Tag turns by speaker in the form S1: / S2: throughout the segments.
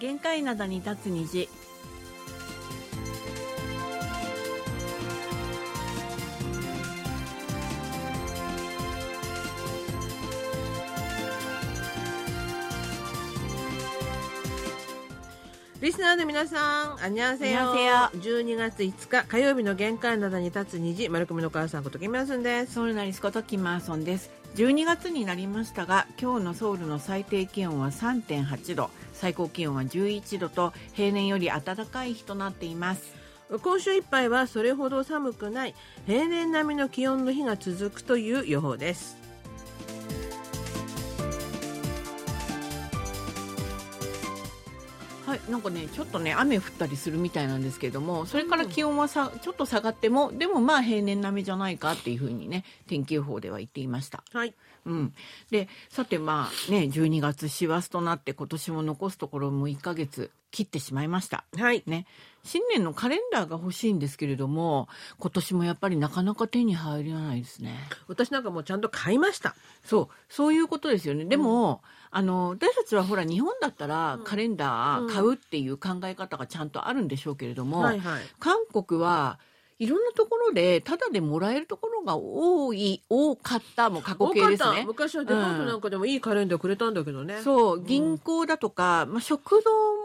S1: 高い灘に立つ虹
S2: リスナーの皆さん、あにゃんせよ。
S1: 안녕하세
S2: 12月5日火曜日の玄関灘に立つ虹、丸組のお母さんことキムヤスンです。
S1: ソウルなりスコトキマーソンです12月になりましたが今日のソウルの最低気温は3.8度最高気温は11度と平年より暖かい日となっています
S2: 今週いっぱいはそれほど寒くない平年並みの気温の日が続くという予報です。
S1: はいなんかねちょっとね雨降ったりするみたいなんですけれどもそれから気温はさ、ちょっと下がってもでもまあ平年並みじゃないかっていうふうにね天気予報では言っていました
S2: はい。
S1: うん、でさてまあね12月師走となって今年も残すところも1ヶ月切ってしまいました。
S2: はい。
S1: ね、新年のカレンダーが欲しいんですけれども今年もやっぱりなかなか手に入らないですね。
S2: 私なんかもうちゃんと買いました。
S1: そうそういうことですよねでも、あの私たちはほら日本だったらカレンダー買うっていう考え方がちゃんとあるんでしょうけれども、
S2: はいはい。
S1: 韓国はいろんなところでタダでもらえるところが多い多かったも過去形です
S2: 多かっ
S1: ね
S2: た。。昔はデパートなんかでもいいカレンダーくれたんだけどね。
S1: そう、銀行だとか、まあ、食堂も、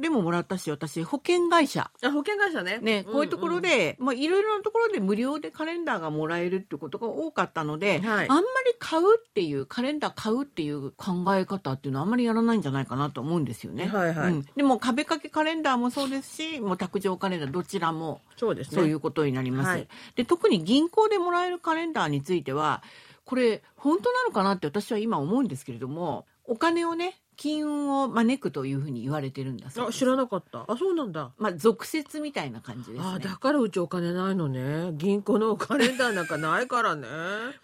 S1: でももらったし、私、保険会社。
S2: あ、保険会社ね。
S1: ね、こういうところ
S2: ん
S1: で、まあ、いろいろなところで無料でカレンダーがもらえるってことが多かったので、
S2: は
S1: あ
S2: い
S1: んまり買うっていう、カレンダー買うっていう考え方っていうのはあんまりやらないんじゃないかなと思うんですよね。
S2: はいはい
S1: うんでも、壁掛けカレンダーもそうですし、もう卓上カレンダーどちらも
S2: うんそうですね。
S1: そういうことになります。
S2: はい
S1: で特に銀行でもらえるカレンダーについてはこれ本当なのかなって私は今思うんですけれどもお金をね金運を招くというふうに言われてるんだそう
S2: あ、
S1: です。
S2: 知らなかった。あ、そうなんだ。
S1: まあ俗説みたいな感じです
S2: あ
S1: ね。
S2: だからうちお金ないのね銀行のカレンダーなんかないから ね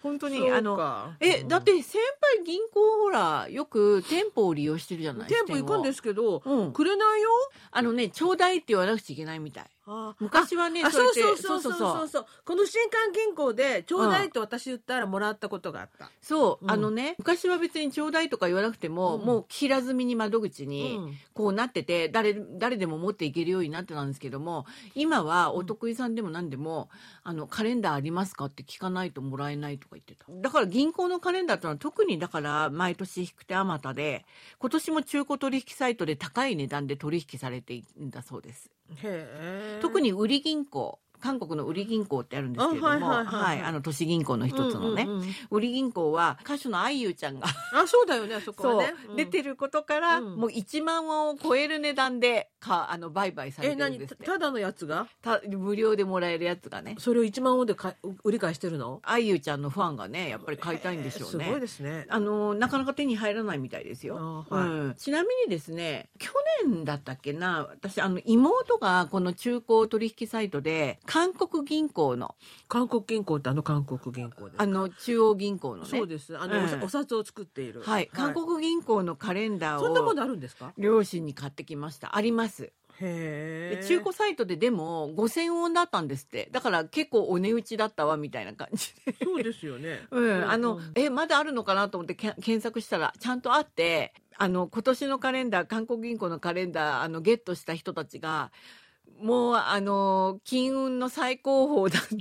S1: 本当
S2: そう
S1: に
S2: か
S1: あの
S2: う
S1: え
S2: ん
S1: だって先輩銀行ほらよく店舗を利用してるじゃない
S2: 店舗行くんですすけど、
S1: うん
S2: くれないよ
S1: あのねちょうだいって言わなくちゃいけないみたい。
S2: あ
S1: 昔はね
S2: あそうそう
S1: そ
S2: そう
S1: そ
S2: うそう
S1: そ
S2: うそううそうこの新刊銀行でちょうだいと私言ったらもらったことがあった、
S1: そう、
S2: うん
S1: あのね昔は別にちょうだいとか言わなくても、
S2: うん
S1: もう平積みに窓口に、
S2: うん
S1: こうなってて誰誰でも持っていけるようになってたんですけども今はお得意さんでも何でも、あのカレンダーありますかって聞かないともらえないとか言ってただから銀行のカレンダーというのは特にだから毎年引く手あまたで今年も中古取引サイトで高い値段で取引されているんだそうです、
S2: へえ
S1: 特に売り銀行韓国の売り銀行ってあるんですけれども
S2: あはいはいはい
S1: は
S2: はい
S1: いあの都市銀行の一つのね、
S2: うんうんうん
S1: 売り銀行は歌手のあいゆうちゃんが
S2: あそうだよねあそこ
S1: そう、
S2: はねうん
S1: 出てることから、
S2: うん
S1: もう1万ウォンを超える値段でかあの売買され
S2: え
S1: てるん
S2: 何
S1: です
S2: た
S1: って
S2: ただのやつが
S1: た無料でもらえるやつがね
S2: それを1万ウォンで買い売り買いしてるの
S1: あゆちゃんのファンがねやっぱり買いたいんでしょう
S2: えーすごい
S1: ね。
S2: ですね
S1: あのなかなか手に入らないみたいですよ、
S2: あはい
S1: うん、ちなみにですね去年だったっけな私あの妹がこの中古取引サイトで韓国銀行の
S2: 韓国銀行ってあの韓国銀行です
S1: あの中央銀行のね
S2: そうですあの、おさ
S1: ええ
S2: お札を作っている
S1: はい韓国銀行のカレンダー
S2: そんなも
S1: を
S2: のあるんですか
S1: 両親に買ってきましたあります
S2: へ
S1: で
S2: え
S1: 中古サイトででも5000ウォンだったんですってだから結構お値打ちだったわみたいな感じで
S2: そうですよね
S1: うんあの
S2: うん
S1: えまだあるのかなと思ってけ検索したらちゃんとあってあの今年のカレンダー韓国銀行のカレンダーあのゲットした人たちがもうあの金運の最高峰だってい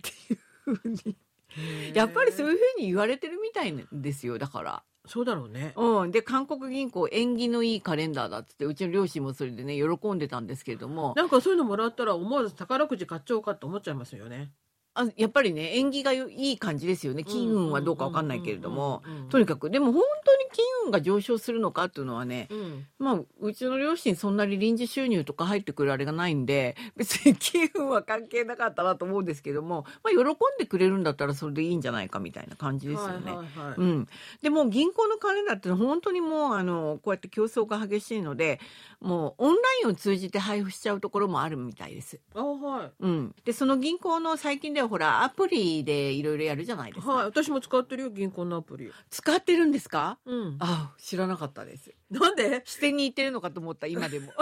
S1: うふうに やっぱりそういうふうに言われてるみたいなんですよだから。
S2: そうだろうね
S1: うん、で韓国銀行縁起のいいカレンダーだっつってうちの両親もそれでね喜んでたんですけれども
S2: なんかそういうのもらったら思わず宝くじ買っちゃおうかって思っちゃいますよね
S1: あやっぱりね縁起がよいい感じですよね金運はどうかわかんないけれども
S2: うんうんうんうんうん
S1: とにかくでも本当に金運が上昇するのかっていうのはね
S2: うん
S1: まあうちの両親そんなに臨時収入とか入ってくるあれがないんで 別に金運は関係なかったなと思うんですけども、まあ、喜んでくれるんだったらそれでいいんじゃないかみたいな感じですよね。
S2: はいはいはい
S1: うん、でもう銀行のカレンダーってのは本当にもうあのこうやって競争が激しいのでもうオンラインを通じて配布しちゃうところもあるみたいです。
S2: あはい
S1: うん、でその銀行の最近ではほらアプリでいろいろやるじゃないですか、
S2: はい私も使ってるよ銀行のアプリ
S1: 使ってるんですか
S2: うん
S1: あ知らなかったです
S2: なんで
S1: 支店に行ってるのかと思った今でも
S2: もち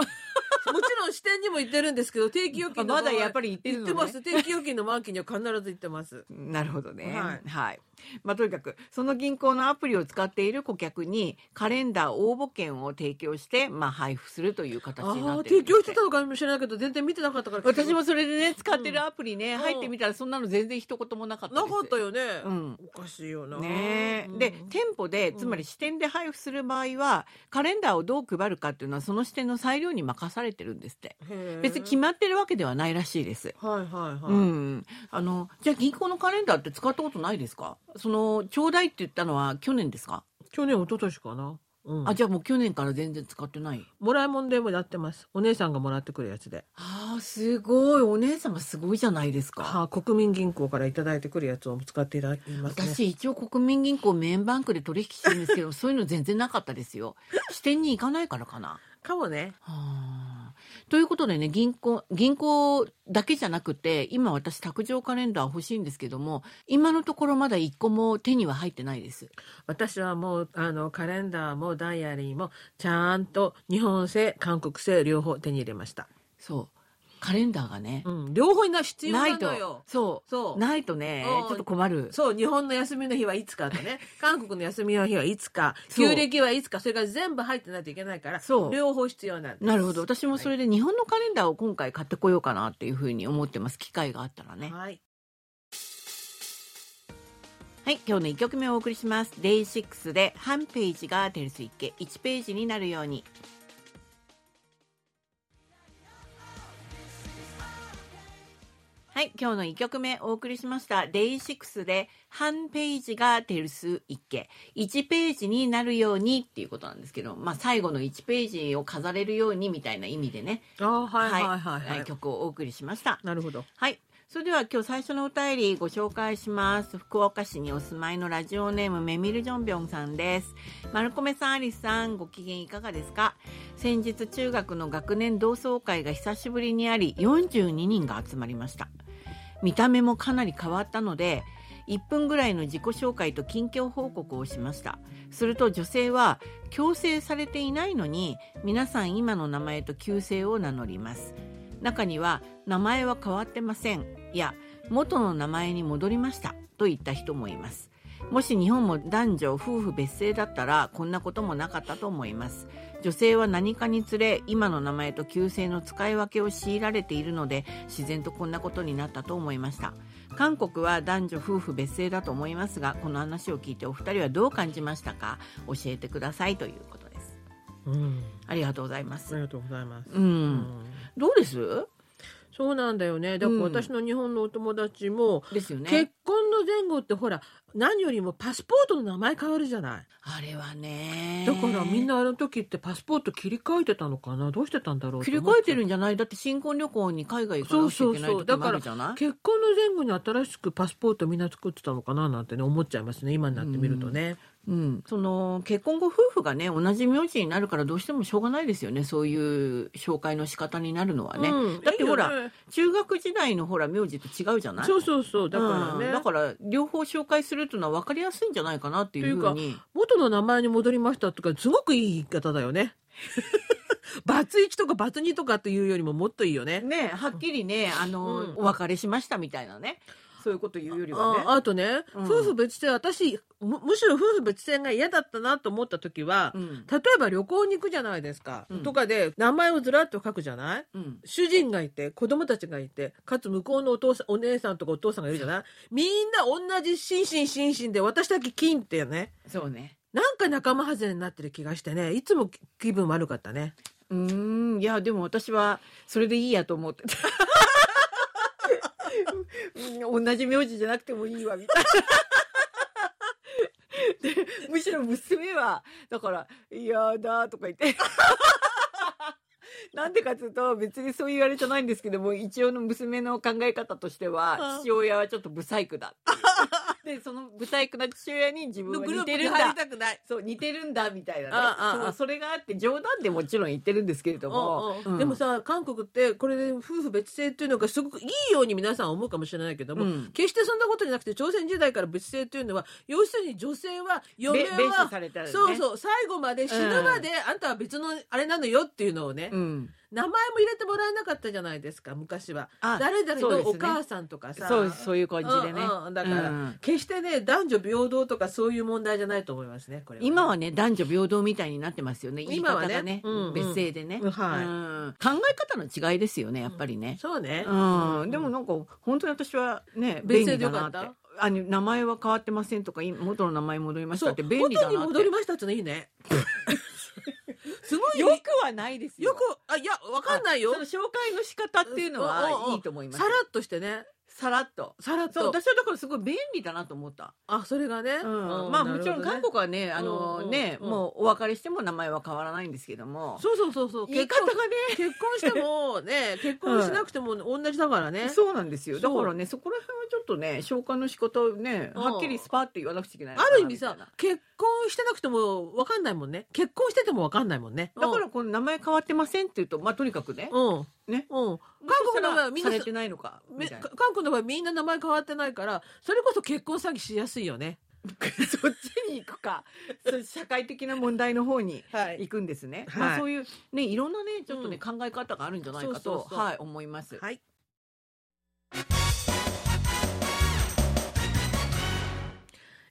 S2: ろん支店にも行ってるんですけど、定期預金の
S1: まだやっぱ
S2: り
S1: り言ってる
S2: 行
S1: の、
S2: っ
S1: ね、
S2: てます。定期預金の満期には必ず行っ てます。
S1: なるほどね。
S2: は
S1: はいい。まあ、とにかく、その銀行のアプリを使っている顧客に、カレンダー応募券を提供して、まあ、配布するという形
S2: あ
S1: にな
S2: あ
S1: っ
S2: ー、
S1: てる
S2: 提
S1: んですっ
S2: 供してたのかもしれないけど、全然見てなかったから。
S1: 私もそれでね、使ってるアプリね、
S2: うん
S1: 入ってみたら、そんなの全然一言もなかった
S2: な
S1: で
S2: か
S1: す。
S2: ったよね。
S1: うん。
S2: おかしいよな。
S1: ねえ
S2: うん
S1: で店舗で
S2: うん
S1: つまり支店で配布する場合は、カレンダーをどう配るかっていうのはその支店の裁量に任されてるんですって
S2: へえ
S1: 別に決まってるわけではないらしいです。
S2: はいはいはい。
S1: うん、あのじゃあ銀行のカレンダーって使ったことないですかそのちょうだいって言ったのは去年ですか、
S2: 去年、一昨年かな。うん
S1: あじゃあもう去年から全然使ってない
S2: もらいもんでもやってます。お姉さんがもらってくるやつで。
S1: あーすごいお姉さんがすごいじゃないですか
S2: はあ、国民銀行からいただいてくるやつを使っていただきますね。
S1: 私一応国民銀行メインバンクで取引してるんですけ どそういうの全然なかったですよ支店に行かないからかな
S2: かもね。
S1: はあということでね銀行銀行だけじゃなくて今私卓上カレンダー欲しいんですけども今のところまだ一個も手には入ってないです
S2: 私はもうあのカレンダーもダイアリーもちゃんと日本製韓国製両方手に入れました、
S1: そうカレンダーがね、
S2: うん、両方にな必要
S1: な
S2: ないの
S1: と
S2: よ
S1: そ
S2: そう
S1: うないとね
S2: うん
S1: ちょっと困る
S2: そう日本の休みの日はいつか とね韓国の休みの日はいつか
S1: そう
S2: 旧暦はいつかそれから全部入ってないといけないから
S1: そう
S2: 両方必要なんです
S1: なるほど私もそれで日本のカレンダーを今回買ってこようかなっていうふうに思ってます機会があったらね
S2: はい
S1: はい今日の1曲目をお送りします Day6 で半ページがテルス一家1ページになるようにはい今日の1曲目お送りしました Day6 で半ページがテルス一家1ページになるようにっていうことなんですけどまあ最後の1ページを飾れるようにみたいな意味でね
S2: あーはいはいはいは
S1: は
S2: い、
S1: い曲をお送りしました
S2: なるほど
S1: はい。それでは今日最初のお便りご紹介します。福岡市にお住まいのラジオネームメミルジョンビョンさんです。マルコメさん、アリスさん、ご機嫌いかがですか先日中学の学年同窓会が久しぶりにあり、42人が集まりました。見た目もかなり変わったので、1分ぐらいの自己紹介と近況報告をしました。すると女性は、強制されていないのに、皆さん今の名前と旧姓を名乗ります。中には名前は変わってませんいや元の名前に戻りましたといった人もいますもし日本も男女夫婦別姓だったらこんなこともなかったと思います女性は何かにつれ今の名前と旧姓の使い分けを強いられているので自然とこんなことになったと思いました韓国は男女夫婦別姓だと思いますがこの話を聞いてお二人はどう感じましたか教えてくださいということです
S2: うん
S1: ありがとうございま
S2: あ
S1: す
S2: りがとうございます、
S1: う
S2: うん
S1: どうです
S2: そうなんだよねだから
S1: うん
S2: 私の日本のお友達も、
S1: ですよね
S2: 結婚の前後ってほら何よりもパスポートの名前変わるじゃない
S1: あれはね
S2: だからみんなあの時ってパスポート切り替えてたのかなどうしてたんだろう
S1: 切り替えて
S2: る
S1: るんじゃないだって新婚旅行に海外行かなきゃいけない
S2: そうそうそう
S1: 時もあるじゃない
S2: 結婚の前後に新しくパスポートみんな作ってたのかななんてね思っちゃいますね今になってみるとね、
S1: うん、その結婚後夫婦がね同じ名字になるからどうしてもしょうがないですよねそういう紹介の仕方になるのはね、
S2: うん
S1: だってほら
S2: いいよね
S1: 中学時代のほら名字と違うじゃない
S2: そうそうそうだからね、
S1: うんだから両方紹介するというのは分かりやすいんじゃないかなっていうふう
S2: と
S1: に
S2: 元の名前に戻りましたとかすごくいい言い方だよね バツ1とかバツ2とかっていうよりももっといいよね
S1: ねはっきりねあの、
S2: うん
S1: お別れしましたみたいなねそういうこと言うよりはね
S2: ああとね、
S1: うん
S2: 夫婦別姓私むむしろ夫婦別姓が嫌だったなと思った時は、
S1: うん
S2: 例えば旅行に行くじゃないですか、
S1: うん
S2: とかで名前をずらっと書くじゃない
S1: うん
S2: 主人がいて子供たちがいてかつ向こうのお父さんお姉さんとかお父さんがいるじゃないみんな同じ心身心身で私だけ金ってね
S1: そうね
S2: なんか仲間外れになってる気がしてねいつも気分悪かったね
S1: うーんいやでも私はそれでいいやと思ってた うん同じ名字じゃなくてもいいわみたいな。でむしろ娘はだから「嫌だ」とか言ってなんでかっていうと別にそう言われじゃないんですけども一応の娘の考え方としては
S2: うん
S1: 父親はちょっとブサイクだっていうでそのブサイクな父親に自分は似てるんだ
S2: たくない
S1: そう似てるんだみたいなね
S2: あああ
S1: そうそれがあって冗談でもちろん言ってるんですけれども、うん
S2: でもさ韓国ってこれで夫婦別姓っていうのがすごくいいように皆さん思うかもしれないけども、
S1: うん
S2: 決してそんなことじゃなくて朝鮮時代から別姓っていうのは要するに女性は
S1: べ
S2: 嫁
S1: 弁
S2: は
S1: 償されたらね
S2: そうそう最後まで死ぬまで、あんたは別のあれなのよっていうのをね、
S1: うん
S2: 名前も入れてもらえなかったじゃないですか昔は
S1: あ
S2: 誰々
S1: そうです
S2: の
S1: ね
S2: お母さんとかさ
S1: そうそういう感じでね、
S2: うんうんだから、
S1: うん
S2: 決してね男女平等とかそういう問題じゃないと思いますねこれね
S1: 今はね男女平等みたいになってますよね言い
S2: 今
S1: 方
S2: はね
S1: がね
S2: うんうん
S1: 別姓でね、
S2: うんはい
S1: うん考え方の違いですよねやっぱりね、
S2: そうね、
S1: うんでもなんか本当に私はね
S2: 別
S1: 便
S2: 姓
S1: 利だ
S2: でよか
S1: な
S2: っ
S1: ったてあの名前は変わってませんとかい元の名前に戻りまし
S2: そ
S1: たっ
S2: う
S1: て便利だな
S2: 元に
S1: っ
S2: 戻
S1: て
S2: りましたってのいいね すごい
S1: よ
S2: よ
S1: くはないですよ
S2: よくあいやわかんないよ
S1: その紹介の仕方っていうのは
S2: うんうん
S1: いいと思います
S2: さらっとしてね
S1: さらっと
S2: さらっ
S1: そう
S2: と
S1: 私はだからすごい便利だなと思った、
S2: あそれがね、
S1: うん
S2: う
S1: まあ
S2: な
S1: も
S2: るほ
S1: ちろ
S2: ど
S1: ん
S2: ね
S1: 韓国はねあの
S2: うんうん
S1: ね、
S2: うん
S1: もうお別れしても名前は変わらないんですけども
S2: そうそうそうそう
S1: 言い
S2: 結
S1: 方
S2: 婚
S1: がね
S2: 結婚してもね結婚しなくても同じだからね、
S1: そうなんですよだ
S2: そう
S1: からねそこら辺はちょっとね紹介の仕方をね
S2: うん
S1: はっきりスパッと言わなくちゃいけないの
S2: あ
S1: かな
S2: る意味
S1: み
S2: さ
S1: たいな
S2: 結婚してなくてもわかんないもんね結婚しててもわかんないもんね
S1: だからこの名前変わってませんって言うとまあとにかくね
S2: うんうん
S1: ね
S2: うん
S1: 韓国
S2: 韓国の
S1: の
S2: 場合
S1: は
S2: はみん
S1: さ
S2: な
S1: れてないのか み
S2: め
S1: たいな
S2: か韓国の場合みんな名前変わってないからそれこそ結婚詐欺しやすいよね
S1: そっちに行くか そう社会的な問題の方に
S2: は
S1: 行くんですね、
S2: はい
S1: まあそういうねいろんなねちょっとね、考え方があるんじゃないかと
S2: そうそうそう
S1: はい思います、
S2: はい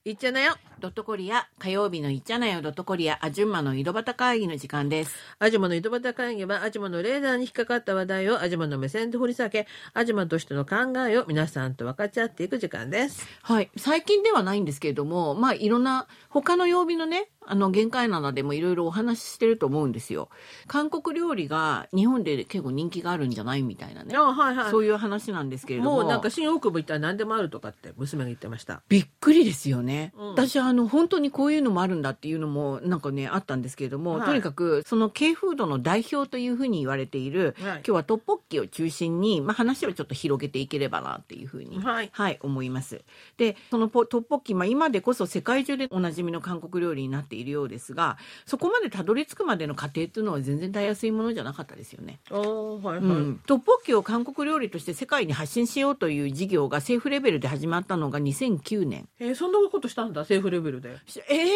S2: いっちゃなよ
S1: ドットコリア火曜日のいっちゃなよドットコリアアジュンマの井戸端会議の時間です
S2: アジマの井戸端会議はアジマのレーダーに引っかかった話題をアジマの目線で掘り下げアジマとしての考えを皆さんと分かち合っていく時間です
S1: はい最近ではないんですけれどもまあいろんな他の曜日のねあの限界などでもいろいろお話ししてると思うんですよ韓国料理が日本で結構人気があるんじゃないみたいなね
S2: あはいは
S1: そういう話なんですけれども
S2: もうなんか新大久保行ったら何でもあるとかって娘が言ってました
S1: びっくりですよね、
S2: うん
S1: 私あの本当にこういうのもあるんだっていうのもなんかねあったんですけれども、
S2: はい
S1: とにかくその K フードの代表というふうに言われている、
S2: はい
S1: 今日はトッポッキを中心に、まあ、話をちょっと広げていければなっていうふうに、
S2: はい
S1: 思いますでそのポトッポッキ、まあ、今でこそ世界中でおなじみの韓国料理になっているようですがそこまでたどり着くまでの過程っていうのは全然たやすいものじゃなかったですよね。
S2: おーはいはい、
S1: うん、トッポッキを韓国料理として世界に発信しようという事業が政府レベルで始まったのが2009年
S2: えーそんなことしたんだ政府レベルで
S1: しえー、覚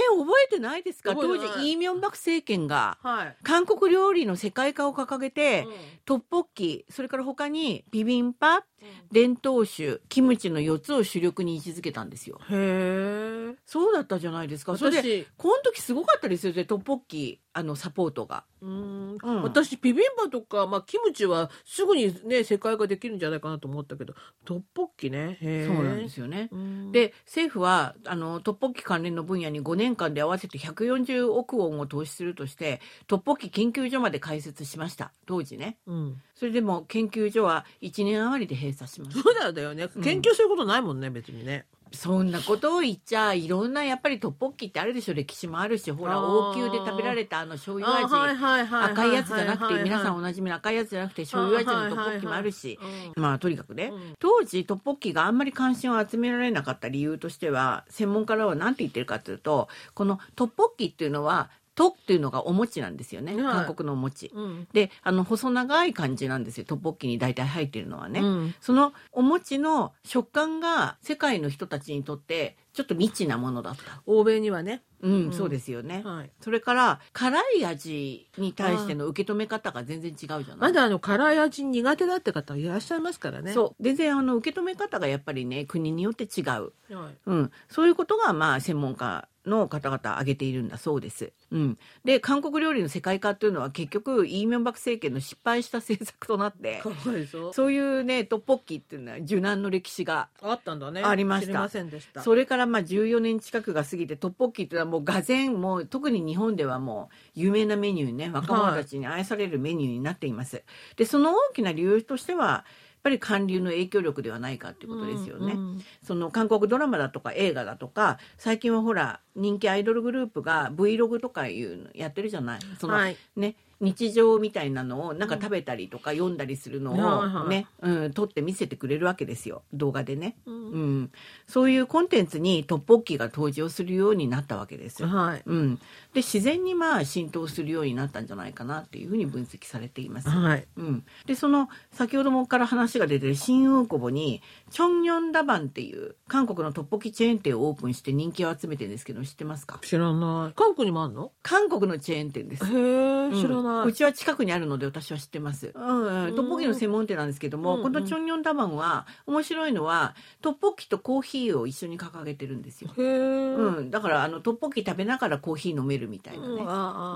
S1: えてないですか
S2: 覚
S1: 当
S2: えてない
S1: 時イ・ミョンバク政権が
S2: はい、
S1: 韓国料理の世界化を掲げて、
S2: うん
S1: トッポッキそれから他にビビンパ伝統酒キムチの4つを主力に位置づけたんですよ
S2: へえ
S1: そうだったじゃないですかそれで
S2: 私
S1: この時すごかったですよねトッポッキあのサポートが
S2: うーん
S1: うん
S2: 私ビビンバとか、まあ、キムチはすぐにね世界化できるんじゃないかなと思ったけどトッポッキねへ
S1: そ
S2: え
S1: うなんですよね
S2: うん
S1: で政府はあのトッポッキ関連の分野に5年間で合わせて140億ウォンを投資するとしてトッポッキ研究所まで開設しました当時ね
S2: うん、
S1: それでも研究所は1年余りで閉鎖しまし
S2: そ
S1: た
S2: うだよね研究することないもんね、別にね
S1: そんなことを言っちゃいろんなやっぱりトッポッキってあるでしょ歴史もあるしほら
S2: あー
S1: 王宮で食べられたあの醤油味、
S2: はいは
S1: 赤いやつじゃなくて皆さんおなじみの赤いやつじゃなくて醤油味のトッポッキもあるし、まあとにかくね、
S2: うん
S1: 当時トッポッキがあんまり関心を集められなかった理由としては専門家らは何て言ってるかというとこのトッポッキっていうのは「ト」っていうのがお餅なんですよね、
S2: はい
S1: 韓国のお餅。
S2: うん
S1: であの細長い感じなんですよトッポッキに大体入ってるのはね。
S2: うん
S1: そのお餅の食感が世界の人たちにとってちょっと未知なものだった。
S2: 欧米にはね、
S1: うん、
S2: うん
S1: そうですよね。
S2: はい、
S1: それから辛い味に対しての受け止め方が全然違うじゃない。
S2: まだあの辛い味苦手だって方いらっしゃいますからね
S1: そう全然あの受け止め方がやっぱりね国によって違う、
S2: う、はい
S1: うん、そういうことがまあ専門家の方々挙げているんだそうです、うん、で韓国料理の世界化というのは結局イ・ミョンバク政権の失敗した政策となって
S2: かわいそう
S1: そういうねトッポッキっていうのは受難の歴史が
S2: あったんだね
S1: ありました
S2: 知りませんでした
S1: それからまあ14年近くが過ぎてトッポッキっていうのはもうがぜんもう特に日本ではもう有名なメニューね若者たちに愛されるメニューになっています、でその大きな理由としてはやっぱり韓流の影響力ではないかっていうことですよね、
S2: うんうん
S1: その韓国ドラマだとか映画だとか最近はほら人気アイドルグループが Vlog とかいうのやってるじゃないその、
S2: はい
S1: ね日常みたいなのをなんか食べたりとか読んだりするの
S2: はいは
S1: を
S2: い
S1: ね、うん、撮って見せてくれるわけですよ動画でね、
S2: うん
S1: うん、そういうコンテンツにトッポッキが登場するようになったわけですよ、
S2: はい
S1: うん、で自然にまあ浸透するようになったんじゃないかなっていうふうに分析されています、
S2: はい
S1: うん、でその先ほどもから話が出てる新大久保にチョンヨンダバンっていう韓国のトッポキチェーン店をオープンして人気を集めてるんですけど知ってますか
S2: 知らない韓国にもあんの
S1: 韓国のチェーン店です
S2: へえ、
S1: うん
S2: 知らなは
S1: う
S2: い
S1: ちは近くにあるので私は知ってます。うんうん、トッポッキの専門店なんですけども、
S2: うん
S1: このチョンニョンタバンは面白いのはトッポッキとコーヒーを一緒に掲げてるんですよ。
S2: へえ
S1: う、ん、だからあのトッポッキ食べながらコーヒー飲めるみたいな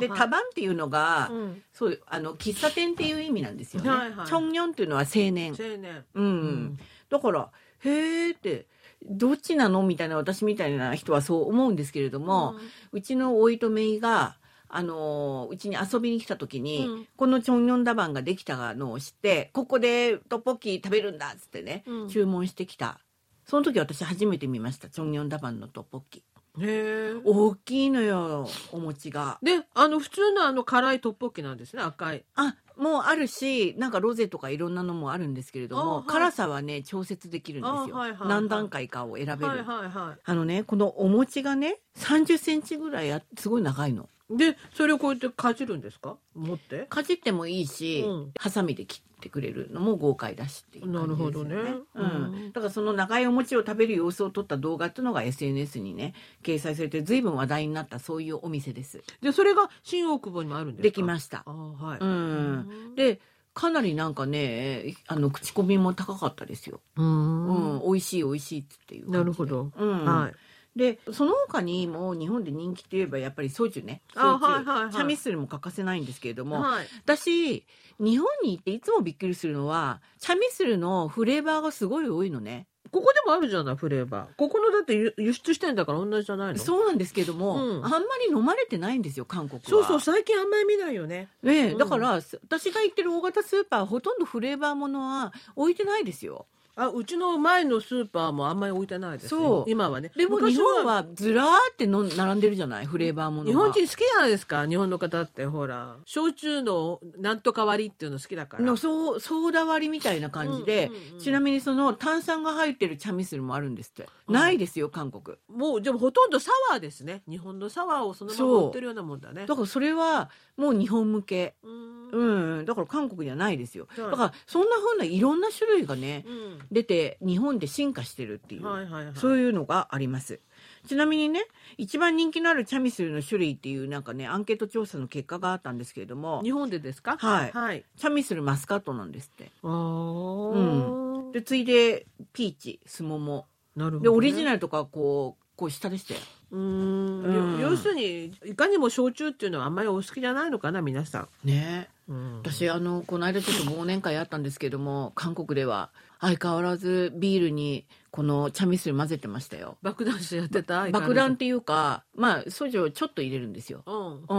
S1: ね。でタ
S2: べ
S1: バンっていうのが、
S2: うん、
S1: そうあの喫茶店っていう意味なんですよね。
S2: はいはい
S1: チョンニョンっていうのは青年。
S2: 青年
S1: うん、だからへーってどっちなのみたいな私みたいな人はそう思うんですけれども、うちのおいとめいが。あのーうちに遊びに来た時に、
S2: うん
S1: このチョンヨンダバンができたのを知ってここでトッポッキ食べるんだっつってね、
S2: うん
S1: 注文してきたその時私初めて見ましたチョンヨンダバンのトッポッキ
S2: うんへえ
S1: 大きいのよお餅が
S2: であの普通のあの辛いトッポッキなんですね赤い
S1: あもうあるしなんかロゼとかいろんなのもあるんですけれども、
S2: あはい
S1: 辛さはね調節できるんですよ、
S2: あはいはいはい
S1: 何段階かを選べる、
S2: はいはいは
S1: あのねこのお餅がね3 0ンチぐらいあすごい長いの
S2: いでそれをこうやってかじるんですか持って
S1: かじってもいいし、
S2: うん
S1: ハサミで切ってくれるのも豪快だしっていう感じですよね
S2: なるほ
S1: う
S2: どね
S1: ん
S2: うん
S1: だからその長いお餅を食べる様子を撮った動画っていうのが SNS にね掲載されて随分話題になったそういうお店です
S2: でそれが新大久保にもあるんですか
S1: できま
S2: し
S1: した
S2: あはい
S1: うんでかなりなんかねあの口コミも高かったですよ、
S2: う
S1: うんん、美味しい美味しいっていう感じで
S2: なるほ、ど
S1: うん
S2: はい
S1: でその他にも日本で人気といえばやっぱりソチュねソチ
S2: あ
S1: ュ
S2: はいはいはい
S1: チャミスルも欠かせないんですけれども、
S2: はい
S1: 私日本に行っていつもびっくりするのはチャミスルのフレーバーがすごい多いのね
S2: ここでもあるじゃないフレーバーここのだって輸輸出してんだから同じじゃないの
S1: そうなんですけども、
S2: うん
S1: あんまり飲まれてないんですよ韓国は
S2: そうそう最近あんまり見ないよね
S1: ねえ
S2: うん
S1: だからす私が行ってる大型スーパーほとんどフレーバーものは置いてないですよ
S2: あうちの前のスーパーもあんまり置いてないですね
S1: そう
S2: 今はね
S1: でも
S2: 昔
S1: 日本はずらーっての並んでるじゃないフレーバーものが
S2: 日本人好きじゃないですか日本の方ってほら焼酎のなんとか割りっていうの好きだから
S1: のそうソーダ割りみたいな感じで、
S2: うんうんうん
S1: ちなみにその炭酸が入ってるチャミスルもあるんですって、
S2: うん
S1: ないですよ韓国
S2: もうでもほとんどサワーですね日本のサワーをそのまま売ってるようなもんだね
S1: だからそれはもう日本向け
S2: うん
S1: うんだから韓国にはないですよ
S2: はい
S1: だからそんなふうないろんな種類がね
S2: うん
S1: 出て日本で進化してるっていう、
S2: はいはいはい
S1: そういうのがありますちなみにね一番人気のあるチャミスルの種類っていうなんかねアンケート調査の結果があったんですけれども
S2: 日本でですか
S1: はい
S2: はい
S1: チャミスルマスカットなんですって
S2: あー
S1: うんで次いでピーチスモモ
S2: なるほどね
S1: でオリジナルとかこうこう下でしたよ
S2: うーん
S1: うん
S2: よ要するにいかにも焼酎っていうのはあんまりお好きじゃないのかな皆さ
S1: ね
S2: ん、うん
S1: 私あのこの間ちょっと忘年会あったんですけども韓国では相変わらずビールにこのチャミスル混ぜてましたよ
S2: 爆弾してやってた
S1: 爆弾っ
S2: って
S1: いうかまあソジュをちょっと入れるんですよ、
S2: うん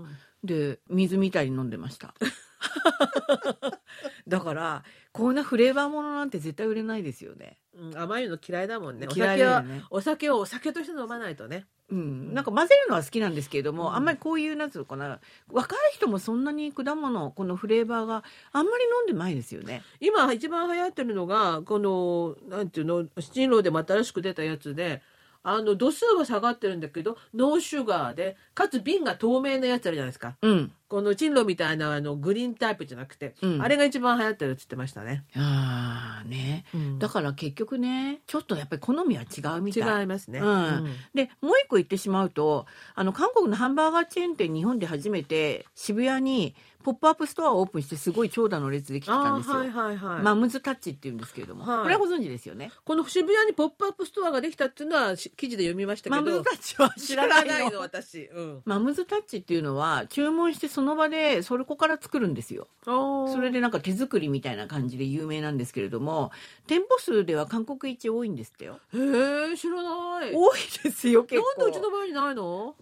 S1: うんで水みたいに飲んでました だからこんなフレーバーものなんて絶対売れないですよね
S2: うん甘いの嫌いだもんねお
S1: 嫌い
S2: 酒
S1: だよ
S2: は、
S1: ね
S2: お酒をお酒として飲まないとね
S1: うん、なんか混ぜるのは好きなんですけれども、
S2: うん
S1: あんまりこういうなんつうのかな若い人もそんなに果物このフレーバーがあんまり飲んでないですよね
S2: 今一番流行ってるのがこのなんていうの七郎でも新しく出たやつであの度数は下がってるんだけどノーシュガーでかつ瓶が透明なやつあるじゃないですか
S1: うん
S2: このチンロみたいなあのグリーンタイプじゃなくて、
S1: うん
S2: あれが一番流行ってるって言ってましたね、
S1: ああねだから結局ねちょっとやっぱり好みは違うみたい
S2: 違いますね、
S1: うんでもう一個言ってしまうとあの韓国のハンバーガーチェーン店日本で初めて渋谷にポップアップストアをオープンしてすごい長蛇の列できてたん
S2: あ
S1: です
S2: ー
S1: よ、
S2: はいはいはい、
S1: マムズタッチっていうんですけれども、
S2: はい
S1: これはご存知ですよね
S2: この渋谷にポップアップストアができたっていうのはし記事で読みましたけ
S1: マ
S2: ど
S1: ムズタッチは知らないの
S2: 私、うん、
S1: マムズタッチっていうのは注文してその場でそれこから作るんですよそ
S2: そ
S1: れでなんか手作りみたいな感じで有名なんですけれども店舗数では韓国一多いんですってよ
S2: へえ知らないなんで
S1: 多いですよ結構
S2: うちの場合にないの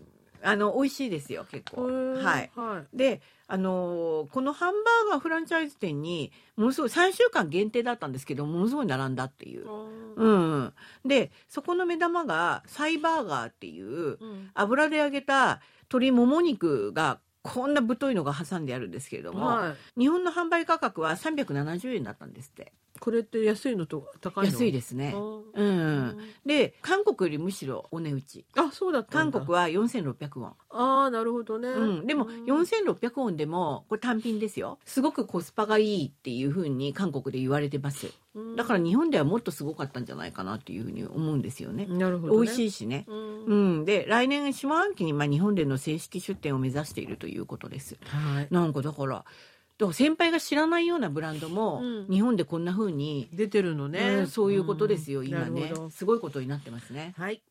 S1: あの美味しいですよ結構
S2: へえ
S1: はい
S2: は
S1: で、あのーこのハンバーガーフランチャイズ店にものすごい3週間限定だったんですけどものすごい並んだってい
S2: い、
S1: う、
S2: う
S1: うん、でそこの目玉がサイバーガーっていうん油で揚げた鶏もも肉がこんな太いのが挟んであるんですけれども、
S2: は
S1: 日本の販売価格は370円だったんですって
S2: い、これって安いのと高いの
S1: 安い
S2: で
S1: ですね
S2: あ。
S1: う
S2: ー
S1: ん。で、韓国よりむしろお値打ち。
S2: あそうだったん
S1: 韓
S2: だ
S1: 国は4600ウォン。
S2: ああなるほどね、
S1: うん、でも4600ウォンでもこれ単品ですよすごくコスパがいいっていうふうに韓国で言われてます
S2: うん
S1: だから日本ではもっとすごかったんじゃないかなっていうふうに思うんですよね
S2: なるほど、ね、
S1: 美味
S2: い、
S1: しいしね
S2: うん
S1: うん、で来年下半期にまあ日本での正式出店を目指しているということです
S2: はい
S1: なんかだからだから先輩が知らないようなブランドも
S2: うん
S1: 日本でこんなふうに、
S2: 出てるのね、
S1: うんそういうことですよ、
S2: うん
S1: 今
S2: な
S1: ね
S2: るほど
S1: すごいことになってますね
S2: はい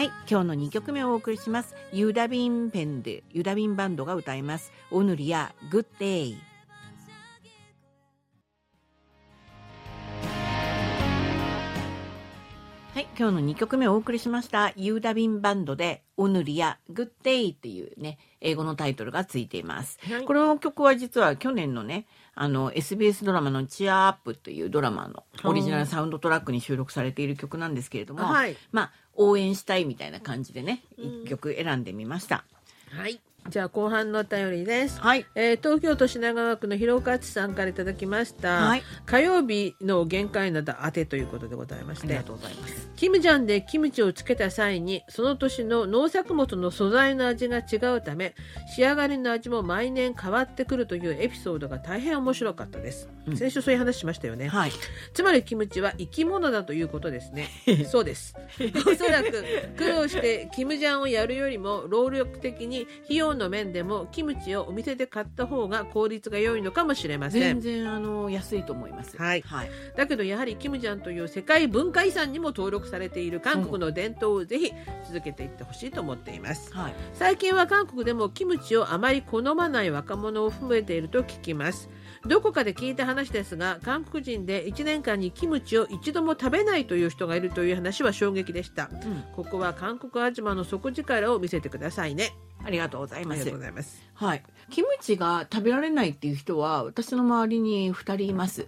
S1: はい、今日の2曲目をお送りします。ユダビンペンで、ユダビンバンドが歌います。オヌリア、グッデイ。はい、今日の2曲目をお送りしました。ユダビンバンドで、オヌリア、グッデイっていうね、英語のタイトルがついています。
S2: はい
S1: この曲は実は去年のねあの SBS ドラマの「チアアップ」というドラマのオリジナルサウンドトラックに収録されている曲なんですけれども、
S2: はい
S1: まあ応援したいみたいな感じでね
S2: うん
S1: 一曲選んでみました。
S2: はいじゃあ後半のお便りです
S1: はい、
S2: えー東京都品川区の広勝さんからいただきました、
S1: はい
S2: 火曜日の限界など当てということでございまし
S1: あり
S2: て
S1: がとうございます。
S2: キムジャンでキムチをつけた際にその年の農作物の素材の味が違うため仕上がりの味も毎年変わってくるというエピソードが大変面白かったです、
S1: うん
S2: 先週そういう話しましたよね
S1: はい、
S2: つまりキムチは生き物だということですねそうですおそらく苦労してキムジャンをやるよりも労力的に費用の面でもキムチをお店で買った方が効率が良いのかもしれませ
S1: 全
S2: ん
S1: 然あの安いと思います。
S2: はい
S1: はい、
S2: だけどやはりキムジャンという世界文化遺産にも登録されている韓国の伝統をぜひ続けていってほしいと思っています
S1: はい、
S2: 最近は韓国でもキムチをあまり好まない若者を増えていると聞きますどこかで聞いた話ですが韓国人で1年間にキムチを一度も食べないという人がいるという話は衝撃でした
S1: うん、
S2: ここは韓国アジマの底力を見せてくださいね
S1: ありがとうござい
S2: あ
S1: ま
S2: りが
S1: す
S2: とうご。ざいます
S1: はい、キムチが食べられないっていう人は私の周りに二人います。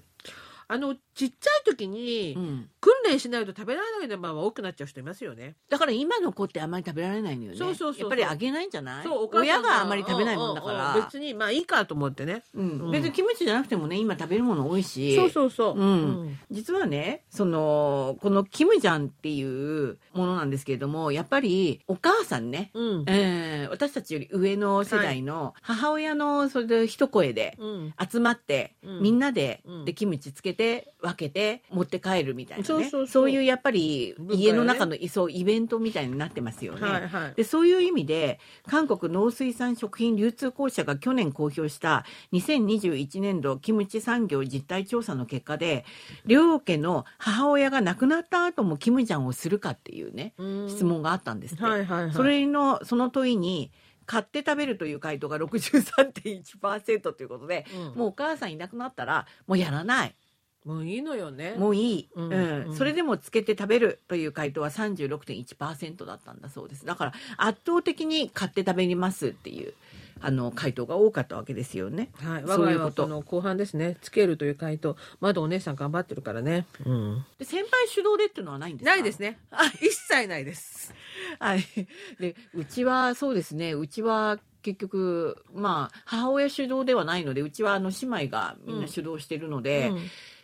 S2: あのちっちゃい時に
S1: うん、
S2: 訓練しないと食べられないのまま多くなっちゃう人いますよね
S1: だから今の子ってあんまり食べられないのよね。
S2: そうそうそうそう
S1: やっぱりあげないんじゃない？
S2: そうお母さ
S1: 親
S2: ん
S1: があんまり食べないもんだか
S2: ううう
S1: ら。
S2: 別にまあいいかと思ってね
S1: うん
S2: うん
S1: 別にキムチじゃなくてもね今食べるもの多いし
S2: そうそうそう
S1: うん実はねそのこのキムジャンっていうものなんですけれどもやっぱりお母さんね、
S2: うん
S1: えー私たちより上の世代の母親のそれで一声で
S2: うん
S1: 集まって、
S2: うん
S1: みんなで,、
S2: うん
S1: でキムチつけて分けて持って帰るみたいなね
S2: そうそうそう
S1: いうやっぱり
S2: 文化よね
S1: 家の中の、そうイベントみたいになってますよね。
S2: はいはい
S1: でそういう意味で韓国農水産食品流通公社が去年公表した2021年度キムチ産業実態調査の結果で両家の母親が亡くなった後もキムジャンをするかっていうね質
S2: 質
S1: 問があったんですって、
S2: はいはいはい
S1: それのその問いに買って食べるという回答が63.1%ということで、
S2: うん
S1: もうお母さんいなくなったらもうやらない
S2: もういいのよね。
S1: もういい、
S2: う
S1: うんん
S2: うん
S1: それでもつけて食べるという回答は36.1%だったんだそうですだから圧倒的に買って食べますっていうあの回答が多かったわけですよね。
S2: はい、我
S1: そ
S2: が
S1: うい
S2: 家
S1: うこ
S2: は
S1: と
S2: その後半ですね。つけるという回答、まだお姉さん頑張ってるからね。
S1: で先輩主導でっていうのはないんですか
S2: ないですね。一切ないです。
S1: はい、でうちはそうですねうちは結局まあ母親主導ではないのでうちはあの姉妹がみんな主導してるので、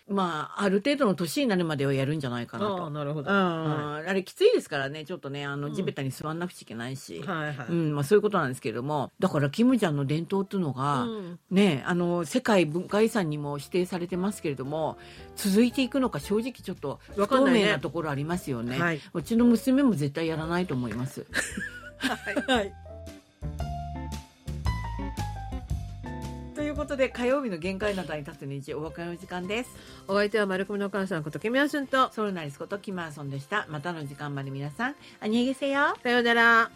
S1: まあある程度の年になるまではやるんじゃないかなと。
S2: ああ、なるほ
S1: う
S2: ど。
S1: ん
S2: は
S1: あれきついですからねちょっとねあ
S2: う
S1: の
S2: ん
S1: 地べたに座んなくちゃいけないし、
S2: いはいは
S1: う
S2: い。
S1: んまあ、そういうことなんですけれどもだからキムちゃんの伝統っていうのが、
S2: うん
S1: ねあの世界文化遺産にも指定されてますけれども続いていくのか正直ちょっと不
S2: わかん
S1: 透
S2: ないね
S1: 明なところありますよね
S2: はい。
S1: うちの娘も絶対やらないと思います
S2: はい。
S1: ということで火曜日の限界などに立つ日お別れの時間です
S2: お相手は丸組のお母さんことケミアスンと。
S1: ソウルナリスことキマーソンでしたまたの時間まで皆さんあにげせよ
S2: さようなら。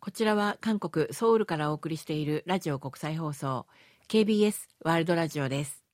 S1: こちらは韓国ソウルからお送りしているラジオ国際放送 KBS ワールドラジオです